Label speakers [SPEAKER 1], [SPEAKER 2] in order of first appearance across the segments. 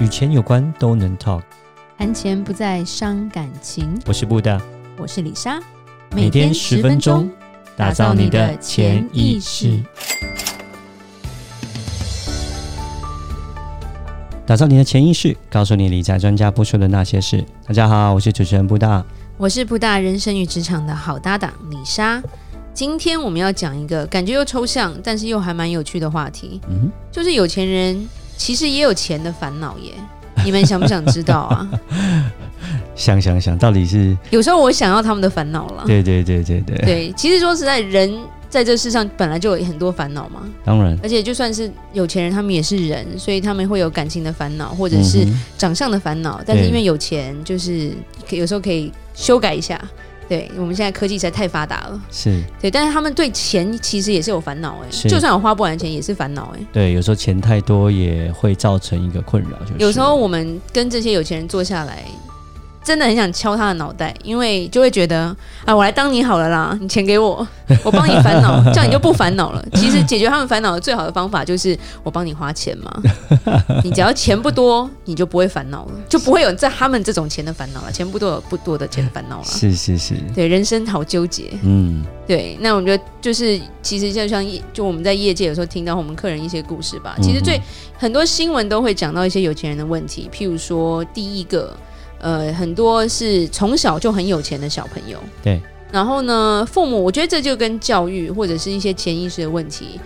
[SPEAKER 1] 与钱有关都能 talk。
[SPEAKER 2] 谈钱不再伤感情。
[SPEAKER 1] 我是布大，
[SPEAKER 2] 我是李莎，
[SPEAKER 1] 每天十分钟，打造你的潜意识，打造你的潜意识，告诉你理财专家不说的那些事。大家好，我是主持人布大。
[SPEAKER 2] 我是布大人生与职场的好搭档李莎。今天我们要讲一个感觉又抽象，但是又还蛮有趣的话题，
[SPEAKER 1] 嗯，
[SPEAKER 2] 就是有钱人其实也有钱的烦恼耶。你们想不想知道 啊？
[SPEAKER 1] 想想想，到底是
[SPEAKER 2] 有时候我想要他们的烦恼了。
[SPEAKER 1] 对对对对嗯对，
[SPEAKER 2] 对，其实说实在，人在这世上本来就有很多烦恼嘛，
[SPEAKER 1] 当然，
[SPEAKER 2] 而且就算是有钱人，他们也是人，所以他们会有感情的烦恼，或者是
[SPEAKER 1] 嗯哼
[SPEAKER 2] 长相的烦恼，但是
[SPEAKER 1] 对
[SPEAKER 2] 因为有钱，就是可有时候可以修改一下。对我们现在科技实在太发达了，
[SPEAKER 1] 是
[SPEAKER 2] 对，但是他们对钱其实也是有烦恼哎，
[SPEAKER 1] 是
[SPEAKER 2] 就算有花不完的钱也是烦恼哎。
[SPEAKER 1] 对，有时候钱太多也会造成一个困扰，就是
[SPEAKER 2] 有时候我们跟这些有钱人坐下来，真的很想敲他的脑袋，因为就会觉得啊，我来当你好了啦，你钱给我，我帮你烦恼，这样你就不烦恼了。其实解决他们烦恼的最好的方法就是我帮你花钱嘛，你只要钱不多，你就不会烦恼了，就不会有在他们这种钱的烦恼了，钱不多有不多的钱烦恼了。
[SPEAKER 1] 是是是，
[SPEAKER 2] 对，人生好纠结。
[SPEAKER 1] 嗯，
[SPEAKER 2] 对，那我觉得就是，其实就像业，就我们在业界有时候听到我们客人一些故事吧。其实最、
[SPEAKER 1] 嗯
[SPEAKER 2] 很多新闻都会讲到一些有钱人的问题，譬如说第一个，呃，很多是从小就很有钱的小朋友，
[SPEAKER 1] 对。
[SPEAKER 2] 然后呢，父母，我觉得这就跟教育或者是一些潜意识的问题，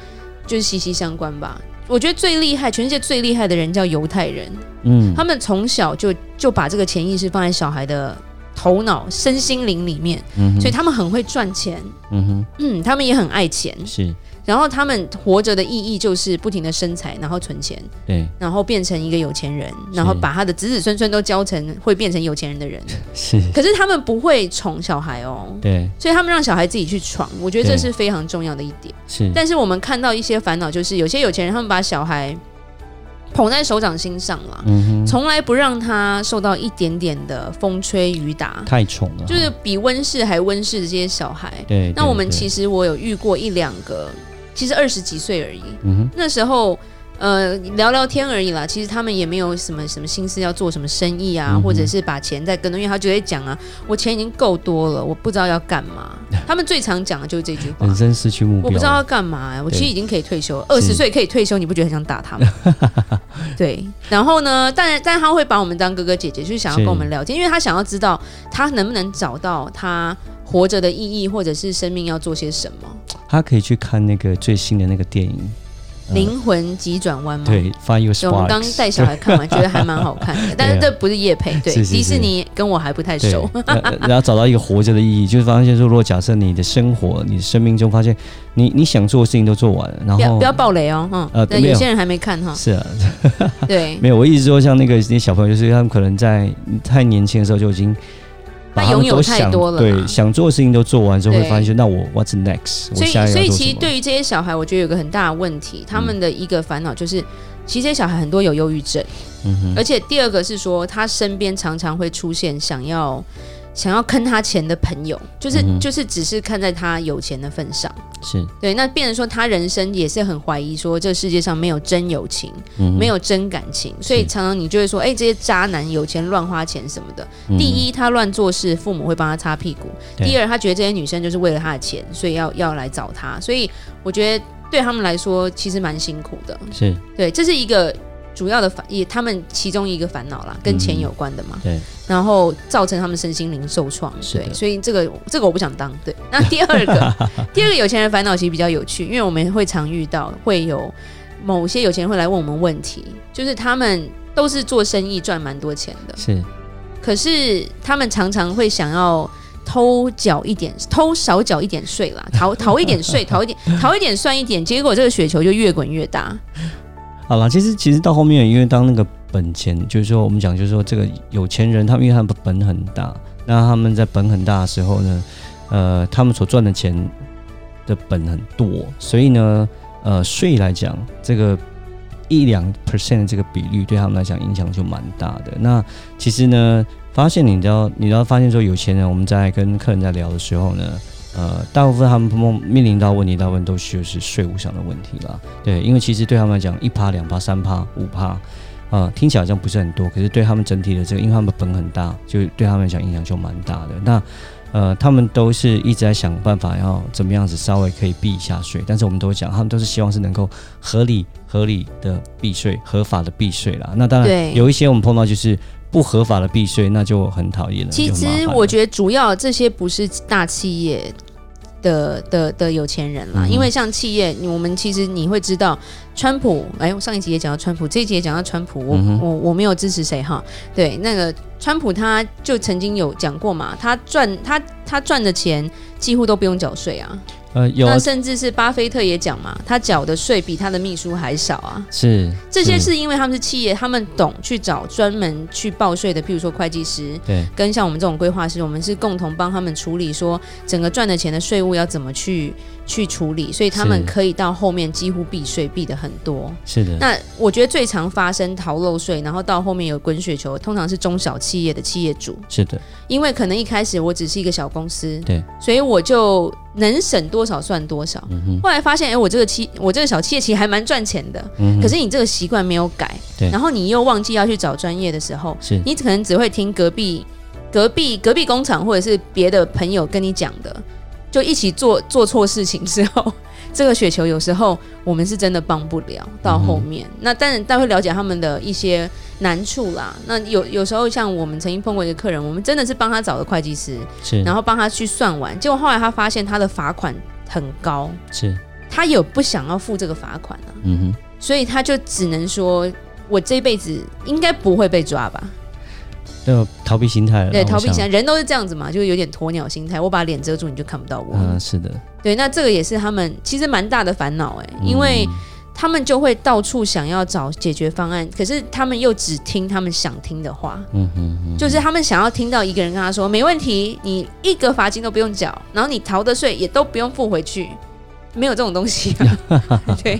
[SPEAKER 2] 就是息息相关吧。我觉得最厉害，全世界最厉害的人叫犹太人，
[SPEAKER 1] 嗯，
[SPEAKER 2] 他们从小就就把这个潜意识放在小孩的头脑、身心灵里面，
[SPEAKER 1] 嗯哼
[SPEAKER 2] 所以他们很会赚钱。
[SPEAKER 1] 嗯哼，
[SPEAKER 2] 嗯，他们也很爱钱，
[SPEAKER 1] 是
[SPEAKER 2] 然后他们活着的意义就是不停的生财，然后存钱，
[SPEAKER 1] 对，
[SPEAKER 2] 然后变成一个有钱人，然后把他的子子孙孙都教成会变成有钱人的人。
[SPEAKER 1] 是，
[SPEAKER 2] 可是他们不会宠小孩哦，
[SPEAKER 1] 对，
[SPEAKER 2] 所以他们让小孩自己去闯，我觉得这
[SPEAKER 1] 对
[SPEAKER 2] 是非常重要的一点。
[SPEAKER 1] 是，
[SPEAKER 2] 但是我们看到一些烦恼，就是有些有钱人他们把小孩捧在手掌心上啦，
[SPEAKER 1] 嗯哼，
[SPEAKER 2] 从来不让他受到一点点的风吹雨打，
[SPEAKER 1] 太宠了哈，
[SPEAKER 2] 就是比温室还温室的这些小孩。
[SPEAKER 1] 对。
[SPEAKER 2] 那我们其
[SPEAKER 1] 实，
[SPEAKER 2] 实我有遇过一两个，其实二十几岁而已，
[SPEAKER 1] 嗯哼，
[SPEAKER 2] 那时候呃聊聊天而已啦。其实他们也没有什么什么心思要做什么生意啊，
[SPEAKER 1] 嗯哼
[SPEAKER 2] 或者是把钱再更多，因为他就会讲啊，我钱已经够多了，我不知道要干 嘛。他们最常讲的就是这句话
[SPEAKER 1] 人。生失去目标，
[SPEAKER 2] 我不知道要干嘛、欸我其实
[SPEAKER 1] 对嗯
[SPEAKER 2] 已经可以退休了，二十岁可以退休，你不觉得很想打 他吗？对，然后呢，但但他会把我们当哥哥姐姐，就是想要
[SPEAKER 1] 是
[SPEAKER 2] 跟我们聊天，因为他想要知道他能不能找到他活着的意义，或者是生命要做些什么。
[SPEAKER 1] 他可以去看那个最新的那个电影，呃
[SPEAKER 2] 灵魂急转弯吗？
[SPEAKER 1] 对，Find Your
[SPEAKER 2] 对，我
[SPEAKER 1] Spark，
[SPEAKER 2] 们刚带小孩看完，觉得还蛮好看的，但是
[SPEAKER 1] 对
[SPEAKER 2] 这
[SPEAKER 1] 啊
[SPEAKER 2] 不是叶配，对，
[SPEAKER 1] 是是
[SPEAKER 2] 迪
[SPEAKER 1] 是
[SPEAKER 2] 士尼跟我还不太
[SPEAKER 1] 对
[SPEAKER 2] 熟，，
[SPEAKER 1] 然后然后找到一个活着的意义，就是发现说，如果假设你的生活、你的生命中发现你你想做的事情都做完了，然
[SPEAKER 2] 不要
[SPEAKER 1] 后
[SPEAKER 2] 不要暴雷哦，哈、
[SPEAKER 1] 呃
[SPEAKER 2] 但
[SPEAKER 1] 没
[SPEAKER 2] 有
[SPEAKER 1] 有
[SPEAKER 2] 些人还没看哈，
[SPEAKER 1] 是啊，
[SPEAKER 2] 对，
[SPEAKER 1] 没有，我一直说像那个那些小朋友，就是他们可能在太年轻的时候就已经把
[SPEAKER 2] 他
[SPEAKER 1] 们
[SPEAKER 2] 拥有
[SPEAKER 1] 都
[SPEAKER 2] 太
[SPEAKER 1] 想
[SPEAKER 2] 多了啦
[SPEAKER 1] 对，想做的事情都做完之后，会
[SPEAKER 2] 对
[SPEAKER 1] 发现说，那我 What's next？我
[SPEAKER 2] 所以
[SPEAKER 1] 下一个
[SPEAKER 2] 所
[SPEAKER 1] 要
[SPEAKER 2] 以
[SPEAKER 1] 做什
[SPEAKER 2] 其实
[SPEAKER 1] 么？嗯
[SPEAKER 2] 对于这些小孩，我觉得有个很大的问题，他们的一个烦恼就是。其实这些小孩很多有忧郁症，
[SPEAKER 1] 嗯
[SPEAKER 2] 而且第二个是说，他身边常常会出现想要想要坑他钱的朋友，就是、
[SPEAKER 1] 嗯哼
[SPEAKER 2] 就是只是看在他有钱的份上，
[SPEAKER 1] 哼，是，
[SPEAKER 2] 对，那变成说他人生也是很怀疑，说这世界上没有真友情，
[SPEAKER 1] 嗯哼
[SPEAKER 2] 没，有真感情，所以
[SPEAKER 1] 是
[SPEAKER 2] 常常你就会说，哎、这些渣男有钱乱花钱什么的。
[SPEAKER 1] 嗯
[SPEAKER 2] 第一，他乱做事，父母会帮他擦屁股；
[SPEAKER 1] 对
[SPEAKER 2] 第二，他觉得这些女生就是为了他的钱，所以要要来找他。所以我觉得对他们来说，其实蛮辛苦的。
[SPEAKER 1] 是，
[SPEAKER 2] 对，这是一个主要的烦，也他们其中一个烦恼啦，跟钱有关的嘛。
[SPEAKER 1] 嗯对，
[SPEAKER 2] 然后造成他们身心灵受创。
[SPEAKER 1] 是的
[SPEAKER 2] 对，所以这个这个我不想当。对，那第二个， 第二个有钱人烦恼其实比较有趣，因为我们会常遇到会有某些有钱人会来问我们问题，就是他们都是做生意赚蛮多钱的，
[SPEAKER 1] 是，
[SPEAKER 2] 可是他们常常会想要。偷缴一点，偷少缴一点税 啦，逃逃一点税，逃一点，逃一点算一点，结果这个雪球就越滚越大。
[SPEAKER 1] 好了，其实其实到后面，因为当那个本钱，就是说我们讲，就是说这个有钱人，他们因为他们本很大，那他们在本很大的时候呢，呃，他们所赚的钱的本很多，所以呢，呃，税来讲，这个一两 percent 的这个比率对他们来讲影响就蛮大的。那其实呢，发现你知道，你知道发现说有钱人，我们在跟客人在聊的时候呢。呃，大部分他们碰面临到问题，大部分都是就是税务上的问题啦。对，因为其实对他们来讲，一趴、两趴、三趴、五趴，啊、听起来好像不是很多，可是对他们整体的这个，因为他们本很大，就对他们来讲影响就蛮大的。那呃，他们都是一直在想办法要怎么样子稍微可以避一下税，但是我们都讲，他们都是希望是能够合理合理的避税，合法的避税啦。那当
[SPEAKER 2] 对
[SPEAKER 1] 然有一些我们碰到就是不合法的避税，那就很讨厌了。
[SPEAKER 2] 其
[SPEAKER 1] 就很麻
[SPEAKER 2] 实
[SPEAKER 1] 烦
[SPEAKER 2] 我
[SPEAKER 1] 了
[SPEAKER 2] 觉得主要这些不是大企业的的的有钱人啦，
[SPEAKER 1] 嗯哼
[SPEAKER 2] 因为像企业，你我们其实你会知道，川普，哎，我上一集也讲到川普，这一集也讲到川普，我、
[SPEAKER 1] 嗯哼
[SPEAKER 2] 我我没有支持谁哈，对，那个川普他就曾经有讲过嘛，他赚他他赚的钱几乎都不用缴税啊，
[SPEAKER 1] 呃有啊
[SPEAKER 2] 那甚至是巴菲特也讲嘛，他缴的税比他的秘书还少啊，
[SPEAKER 1] 是
[SPEAKER 2] 这些是因为他们是企业，他们懂去找专门去报税的，譬如说会计师，
[SPEAKER 1] 对
[SPEAKER 2] 跟像我们这种规划师，我们是共同帮他们处理说整个赚的钱的税务要怎么去去处理，所以他们
[SPEAKER 1] 是
[SPEAKER 2] 可以到后面几乎避税避的很多。
[SPEAKER 1] 是的，
[SPEAKER 2] 那我觉得最常发生逃漏税，然后到后面有滚雪球，通常是中小企业的企业主，
[SPEAKER 1] 是的，
[SPEAKER 2] 因为可能一开始我只是一个小公司，
[SPEAKER 1] 对，
[SPEAKER 2] 所以我就能省多少算多少。
[SPEAKER 1] 嗯哼，
[SPEAKER 2] 后来发现，哎、我这个企，我这个小企业其实还蛮赚钱的，
[SPEAKER 1] 嗯哼
[SPEAKER 2] 可是你这个习惯没有改，
[SPEAKER 1] 对
[SPEAKER 2] 然后你又忘记要去找专业的时候，
[SPEAKER 1] 是
[SPEAKER 2] 你可能只会听隔壁、隔壁、隔壁工厂或者是别的朋友跟你讲的，就一起做做错事情之后， 这个雪球有时候我们是真的帮不了到后面。那当然，但会了解他们的一些难处啦。那有有时候像我们曾经碰过一个客人，我们真的是帮他找了会计师，
[SPEAKER 1] 是，
[SPEAKER 2] 然后帮他去算完，结果后来他发现他的罚款很高，
[SPEAKER 1] 是，
[SPEAKER 2] 他有不想要付这个罚款啊，
[SPEAKER 1] 嗯哼。
[SPEAKER 2] 所以他就只能说。我这辈子应该不会被抓吧？
[SPEAKER 1] 就逃避心态了。
[SPEAKER 2] 对，
[SPEAKER 1] 让我
[SPEAKER 2] 逃避
[SPEAKER 1] 想
[SPEAKER 2] 型。啊人都是这样子嘛，就有点鸵鸟心态。我把脸遮住，你就看不到我。
[SPEAKER 1] 嗯，是的，
[SPEAKER 2] 对，那这个也是他们其实蛮大的烦恼哎，因为
[SPEAKER 1] 嗯
[SPEAKER 2] 他们就会到处想要找解决方案，可是他们又只听他们想听的话。
[SPEAKER 1] 嗯嗯嗯，
[SPEAKER 2] 就是他们想要听到一个人跟他说：“没问题，你一个罚金都不用缴，然后你逃的税也都不用付回去，没有这种东西、啊。” 对，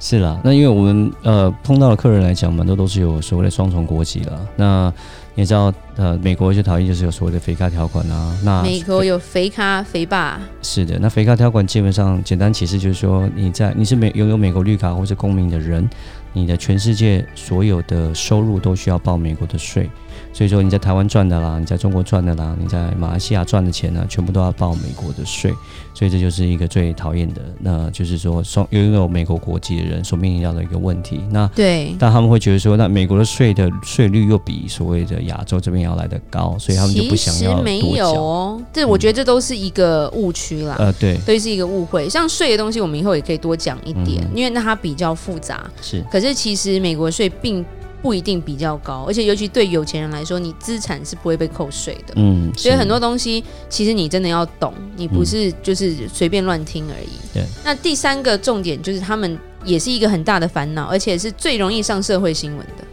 [SPEAKER 1] 是啦。那因为我们呃碰到的客人来讲，蛮多都是有所谓的双重国籍啦。那你也知道，呃，美国就讨厌就是有所谓的肥咖条款啊。那
[SPEAKER 2] 美国有肥咖、肥爸，
[SPEAKER 1] 是的，那肥咖条款基本上简单解释就是说，你在你是美拥有美国绿卡或是公民的人，你的全世界所有的收入都需要报美国的税。所以说你在台湾赚的啦，你在中国赚的啦，你在马来西亚赚的钱呢，全部都要报美国的税。所以这就是一个最讨厌的，那就是说双拥有美国国籍的人所面临到的一个问题。那
[SPEAKER 2] 对，
[SPEAKER 1] 但他们会觉得说，那美国的税的税率又比所谓的亚洲这边要来的高，所以他们就不想要
[SPEAKER 2] 其实没
[SPEAKER 1] 多
[SPEAKER 2] 有
[SPEAKER 1] 缴。嗯
[SPEAKER 2] 哦，这我觉得这都是一个误区啦。
[SPEAKER 1] 呃，对，
[SPEAKER 2] 对，是一个误会。像税的东西，我们以后也可以多讲一点，
[SPEAKER 1] 嗯
[SPEAKER 2] 因为那它比较复杂。
[SPEAKER 1] 是
[SPEAKER 2] 可是其实美国税并不一定比较高，而且尤其对有钱人来说，你资产是不会被扣税的。
[SPEAKER 1] 嗯，
[SPEAKER 2] 所以
[SPEAKER 1] 是嗯
[SPEAKER 2] 很多东西其实你真的要懂，你不是就是随便乱听而已。
[SPEAKER 1] 对。
[SPEAKER 2] 那第三个重点就是他们也是一个很大的烦恼，而且是最容易上社会新闻的，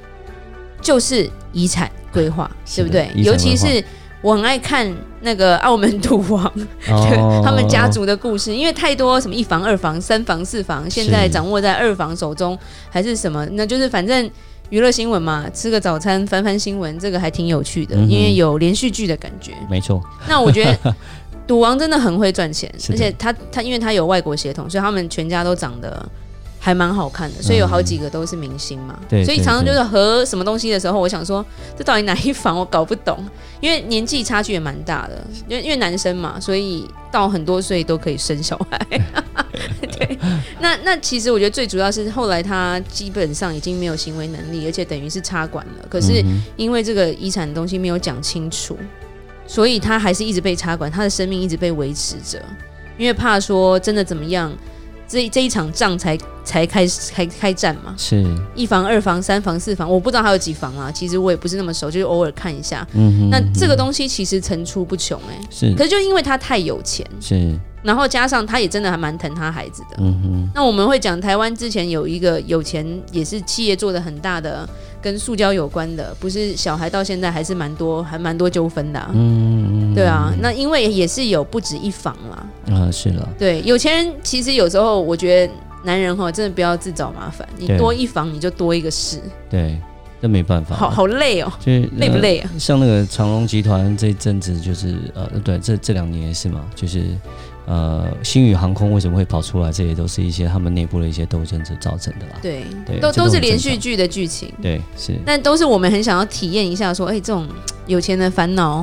[SPEAKER 2] 就是遗产规划，
[SPEAKER 1] 是
[SPEAKER 2] 对不
[SPEAKER 1] 的
[SPEAKER 2] 对？
[SPEAKER 1] 遗产
[SPEAKER 2] 尤其
[SPEAKER 1] 规划
[SPEAKER 2] 是我很爱看那个澳门赌王。
[SPEAKER 1] 哦
[SPEAKER 2] 他们家族的故事，因为太多什么一房、二房、三房、四房，现在掌握在二房手中，还是什么？那就是反正娱乐新闻嘛，吃个早餐，翻翻新闻，这个还挺有趣的，
[SPEAKER 1] 嗯哼
[SPEAKER 2] 因为有连续剧的感觉。
[SPEAKER 1] 没错，
[SPEAKER 2] 那我觉 得赌王真的很会赚钱，
[SPEAKER 1] 是的
[SPEAKER 2] 而且他他因为他有外国血统，所以他们全家都长得。还蛮好看的，所以有好几个都是明星嘛。
[SPEAKER 1] 嗯对
[SPEAKER 2] 所以
[SPEAKER 1] 对
[SPEAKER 2] 常常就
[SPEAKER 1] 对
[SPEAKER 2] 是和什么东西的时候，我想说这到底哪一房我搞不懂，因为年纪差距也蛮大的，因为因为男生嘛，所以到很多岁都可以生小孩。 对，那那其实我觉得最主要是后来他基本上已经没有行为能力，而且等于是插管了。可是
[SPEAKER 1] 嗯哼
[SPEAKER 2] 因为这个遗产的东西没有讲清楚，所以他还是一直被插管，他的生命一直被维持着，因为怕说真的怎么样，这这一场仗才才开始开开战嘛，
[SPEAKER 1] 是，
[SPEAKER 2] 一房、二房、三房、四房，我不知道还有几房啦，其实我也不是那么熟，就是偶尔看一下。
[SPEAKER 1] 嗯哼，
[SPEAKER 2] 那这个
[SPEAKER 1] 嗯
[SPEAKER 2] 东西其实层出不穷哎、
[SPEAKER 1] 哼是
[SPEAKER 2] 可是就因为他太有钱，
[SPEAKER 1] 是，
[SPEAKER 2] 然后加上他也真的还蛮疼他孩子的，
[SPEAKER 1] 嗯哼，
[SPEAKER 2] 那我们会讲台湾之前有一个有钱也是企业做的很大的，跟塑胶有关的，不是小孩到现在还是蛮多还蛮多纠纷的、啊。
[SPEAKER 1] 嗯嗯
[SPEAKER 2] 对啊，那因为也是有不止一房啦。
[SPEAKER 1] 啊是了，
[SPEAKER 2] 对，有钱人其实有时候我觉得男人哈，真的不要自找麻烦，你
[SPEAKER 1] 对
[SPEAKER 2] 多一房你就多一个事。
[SPEAKER 1] 对。那没办法，
[SPEAKER 2] 好好累哦，
[SPEAKER 1] 就是呃
[SPEAKER 2] 累不？累啊？
[SPEAKER 1] 像那个长隆集团这一阵子就是呃，对，这这两年也是嘛，就是呃，星宇航空为什么会跑出来，这也都是一些他们内部的一些斗争所造成的啦。
[SPEAKER 2] 对，
[SPEAKER 1] 对
[SPEAKER 2] 都
[SPEAKER 1] 这
[SPEAKER 2] 都是
[SPEAKER 1] 很
[SPEAKER 2] 连
[SPEAKER 1] 正
[SPEAKER 2] 续
[SPEAKER 1] 常
[SPEAKER 2] 剧的剧情，
[SPEAKER 1] 对，是
[SPEAKER 2] 但都是我们很想要体验一下，说，哎、这种有钱的烦 恼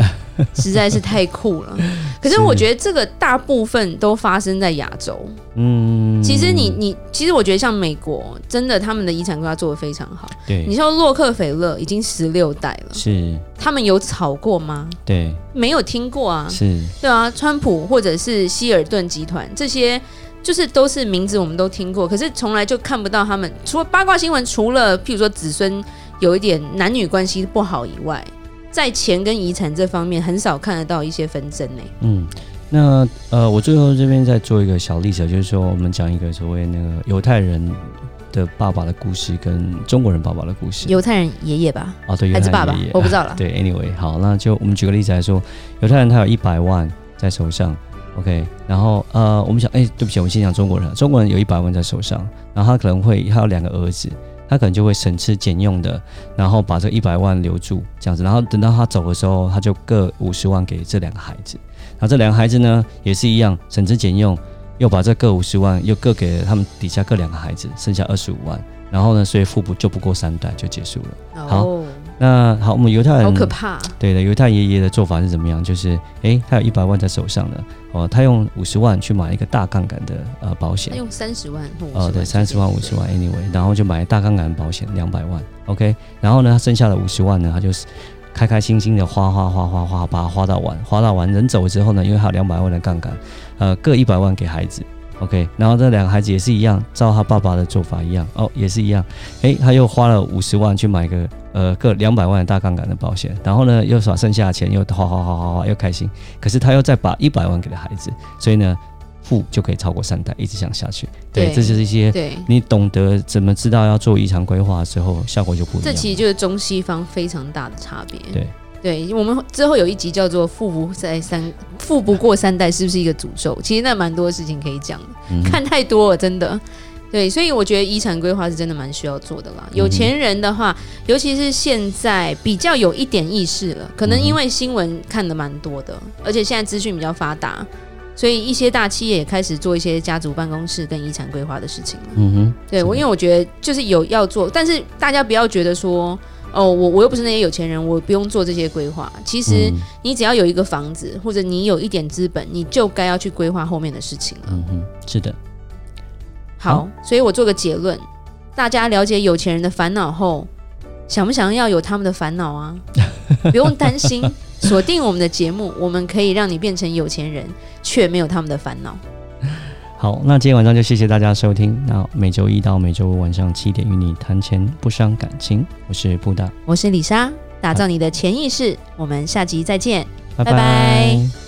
[SPEAKER 2] 实在是太酷了。可是
[SPEAKER 1] 是
[SPEAKER 2] 我觉得这个大部分都发生在亚洲。
[SPEAKER 1] 嗯，
[SPEAKER 2] 其实你你，其实我觉得像美国，真的他们的遗产规划做得非常好。你
[SPEAKER 1] 对
[SPEAKER 2] 像洛克菲勒已经十六代了，
[SPEAKER 1] 是，
[SPEAKER 2] 他们有吵过吗？
[SPEAKER 1] 对
[SPEAKER 2] 没有听过啊，
[SPEAKER 1] 是，
[SPEAKER 2] 对啊，川普或者是希尔顿集团这些。就是都是名字我们都听过，可是从来就看不到他们。除了八卦新闻，除了譬如说子孙有一点男女关系不好以外，在钱跟遗产这方面很少看得到一些纷争呢、
[SPEAKER 1] 嗯，那呃，我最后这边再做一个小例子，就是说我们讲一个所谓那个犹太人的爸爸的故事跟中国人爸爸的故事。
[SPEAKER 2] 犹太人爷爷吧，
[SPEAKER 1] 啊，对，犹
[SPEAKER 2] 还是
[SPEAKER 1] 太
[SPEAKER 2] 爸爸
[SPEAKER 1] 人爷爷，
[SPEAKER 2] 我不知道了。
[SPEAKER 1] 对，anyway，好，那就我们举个例子来说，犹太人他有一百万在手上，OK，然后呃，我们想，哎，对不起，我们先讲中国人，中国人有一百万在手上，然后他可能会他有两个儿子，他可能就会省吃俭用的，然后把这一百万留住这样子，然后等到他走的时候，他就各五十万给这两个孩子，然后这两个孩子呢也是一样省吃俭用。又把这各五十万又各给了他们底下各两个孩子，剩下二十五万，然后呢，所以父不就不过三代就结束了。好嗯
[SPEAKER 2] 哦，
[SPEAKER 1] 那好，我们犹太人
[SPEAKER 2] 好可怕、
[SPEAKER 1] 对的，犹太爷爷的做法是怎么样？就是，诶，他有一百万在手上的，哦，他用五十万去买一个大杠杆的呃保险
[SPEAKER 2] 他，用三十万或
[SPEAKER 1] 呃，对，
[SPEAKER 2] 50
[SPEAKER 1] 三十万、五十万，anyway，然后就买大杠杆保险两百万，OK，然后呢，他剩下的五十万呢，他就是开开心心的花花花花花，把它花到完，花到完人走了之后呢，因为还有两百万的杠杆，呃，各一百万给孩子，OK，然后这两个孩子也是一样，照他爸爸的做法一样，哦，也是一样，诶，他又花了五十万去买个呃各两百万的大杠杆的保险，然后呢，又把剩下的钱又花花花花花又开心，可是他又再把一百万给了孩子，所以呢。富就可以超过三代，一直想下去。对，
[SPEAKER 2] 对
[SPEAKER 1] 这就是一些
[SPEAKER 2] 对，
[SPEAKER 1] 你懂得怎么知道要做遗产规划之后，效果就不一样。
[SPEAKER 2] 这其实就是中西方非常大的差别。
[SPEAKER 1] 对。
[SPEAKER 2] 对我们之后有一集叫做“富不在三，富不过三代”，是不是一个诅咒？其实那蛮多事情可以讲的，
[SPEAKER 1] 嗯
[SPEAKER 2] 看太多了，真的。对，所以我觉得遗产规划是真的蛮需要做的啦。
[SPEAKER 1] 嗯
[SPEAKER 2] 有钱人的话，尤其是现在比较有一点意识了，可能因为新闻看的蛮多的，而且现在资讯比较发达，所以一些大企业也开始做一些家族办公室跟遗产规划的事情了。
[SPEAKER 1] 嗯哼，
[SPEAKER 2] 对
[SPEAKER 1] 是
[SPEAKER 2] 我，因为我觉得就是有要做，但是大家不要觉得说，哦，我我又不是那些有钱人，我不用做这些规划。其实
[SPEAKER 1] 嗯
[SPEAKER 2] 你只要有一个房子，或者你有一点资本，你就该要去规划后面的事情了。
[SPEAKER 1] 嗯哼，是的，
[SPEAKER 2] 好，所以我做个结论，大家了解有钱人的烦恼后，想不想要有他们的烦 恼啊？不用担心，锁定我们的节目，我们可以让你变成有钱人，却没有他们的烦恼。
[SPEAKER 1] 好，那今天晚上就谢谢大家收听。那每周一到每周五晚上七点与你谈钱不伤感情，我是布达，
[SPEAKER 2] 我是李莎，打造你的潜意识，我们下集再见。
[SPEAKER 1] 拜
[SPEAKER 2] 拜拜